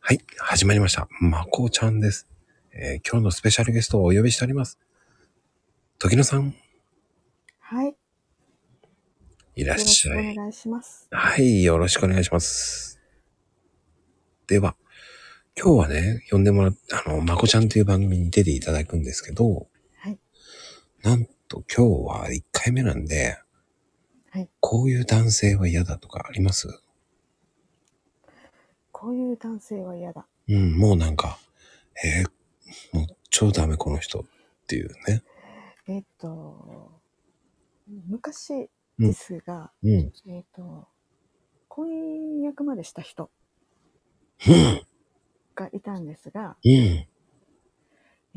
はい、始まりました。まこちゃんです、えー今日のスペシャルゲストをお呼びしております。時野さん、はい。いよらっろししくゃい。お願いします。はい、よろしくお願いします。では、今日はね、呼んでもらっあの、まこちゃんという番組に出ていただくんですけど、はいなんと今日は1回目なんで、はいこういう男性は嫌だとかありますこういう男性は嫌だ。うん、もうなんか、えーもう超ダメこの人っていうね。えっ、と、昔うんですが、うん。えっ、と、婚約までした人うん。がいたんですが、うん。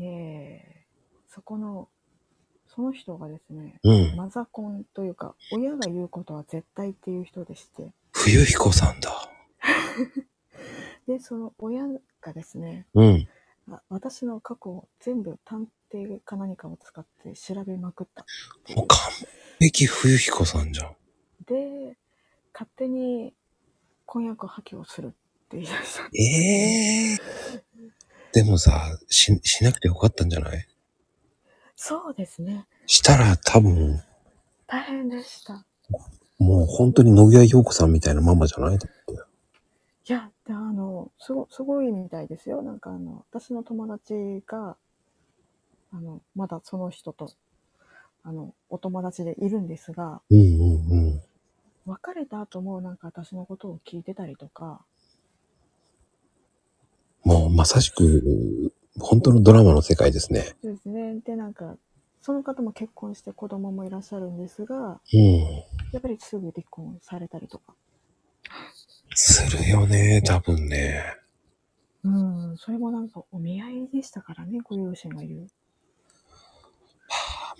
えー、そこの、その人がですね、うん。マザコンというか、親が言うことは絶対っていう人でして、冬彦さんだ。で、その親がですね、うん。あ私の過去を全部探偵か何かを使って調べまくった。もう完璧冬彦さんじゃん。で勝手に婚約破棄をするって言い出したええでもさ、し、しなくてよかったんじゃないそうですねしたら多分、大変でしたもう本当に野際陽子さんみたいなママじゃないだって。いやであのすごすごいみたいですよなんかあの私の友達があのまだその人とあのお友達でいるんですがうんうんうん。別れた後もなんか私のことを聞いてたりとかもうまさしく、本当のドラマの世界ですね。そうですねでなんかその方も結婚して子供もいらっしゃるんですがうん。やっぱりすぐ離婚されたりとかするよね、多分ね。うん、それもなんかお見合いでしたからね、ご両親が言う。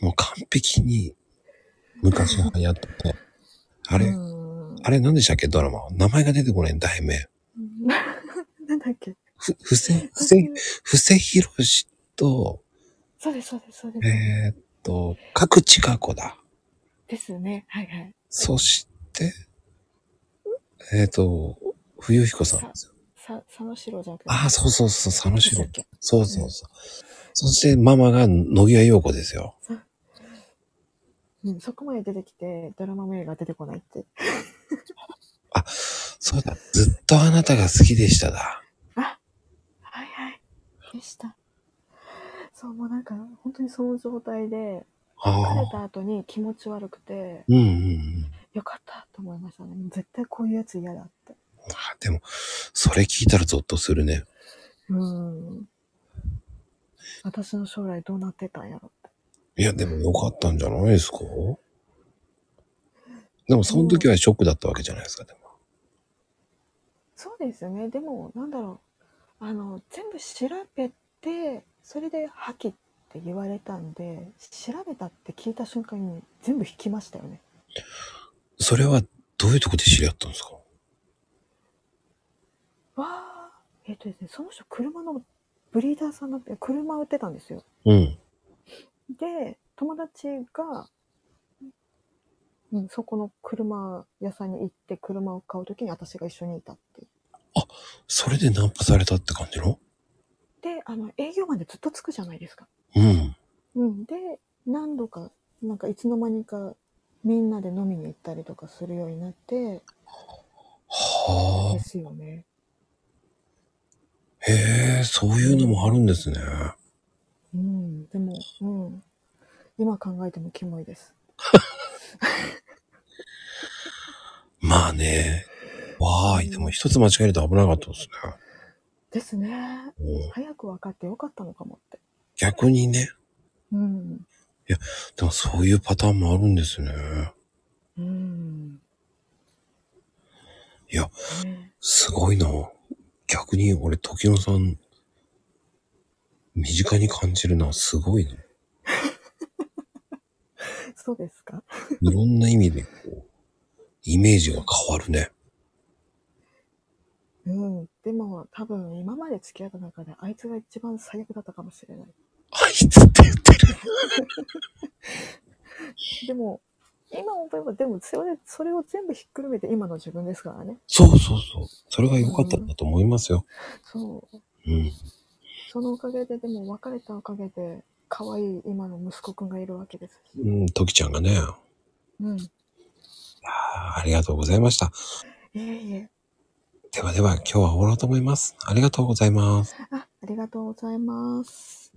もう完璧に、昔は流行ったね。ああれ、うん、あれ何でしたっけ、ドラマ。名前が出てこない、題名。うん なんだっけふ、ふせ、ふせ、ふせひろしと、そうです、そうです、そうです。えーっと、各地下子だ。ですね。はいはい。そして、えっ、と、冬彦さんですよ。さ、佐野史郎じゃなくて。ああ、そうそうそう、佐野で史した郎っ。けそうそうそう。そしてママが野際陽子ですよ。うん、そこまで出てきて、ドラマ名が出てこないって。そうだ、ずっとあなたが好きでしただ。あはいはい。でした。そう、もうなんか、本当にその状態で、あ別れあ。た後に気持ち悪くて、うんうんうん。よかったと思いましたね。もう絶対こういうやつ嫌だって。あでも、それ聞いたらゾッとするね。うん。私の将来どうなってたんやろって。いや、でもよかったんじゃないですかでも、その時はショックだったわけじゃないですか、でも。そうですよね。でも、なんだろう。あの、全部調べて、それで破棄って言われたんで、調べたって聞いた瞬間に全部引きましたよね。それは、どういうとこで知り合ったんですかわあ。えっ、とですね、その人車のブリーダーさんだって、車売ってたんですよ。うん。で、友達が、うん、そこの車屋さんに行って車を買うときに私が一緒にいたっていう。それでナンパされたって感じので、あの、営業までずっとつくじゃないですか。うん。うん、で何度かなんかいつの間にかみんなで飲みに行ったりとかするようになってはあで。すよね。へえ、そういうのもあるんですね。うん、でも、うん、今考えてもキモいです。まあね。わーい。でも一つ間違えると危なかったですね。ですね。うん早く分かってよかったのかもって。逆にね。うん、でもそういうパターンもあるんですね。うん。いや、ね、すごいな。逆に俺、時野さん、身近に感じるな。すごいね。そうですか。いろんな意味で、こう、イメージが変わる ね。うん、でも多分今まで付き合った中であいつが一番最悪だったかもしれない。あいつって言ってる。でも、今思えば、でもそれ、それを全部ひっくるめて今の自分ですからね。そうそうそう。それが良かったんだと思いますよ。そう。うん。そのおかげで、でも別れたおかげで、可愛い今の息子くんがいるわけですし。うん、ときちゃんがね、あうん。ーありがとうございました。いえいえ。ではでは、今日は終わろうと思います。ありがとうございます。あ、ありがとうございます。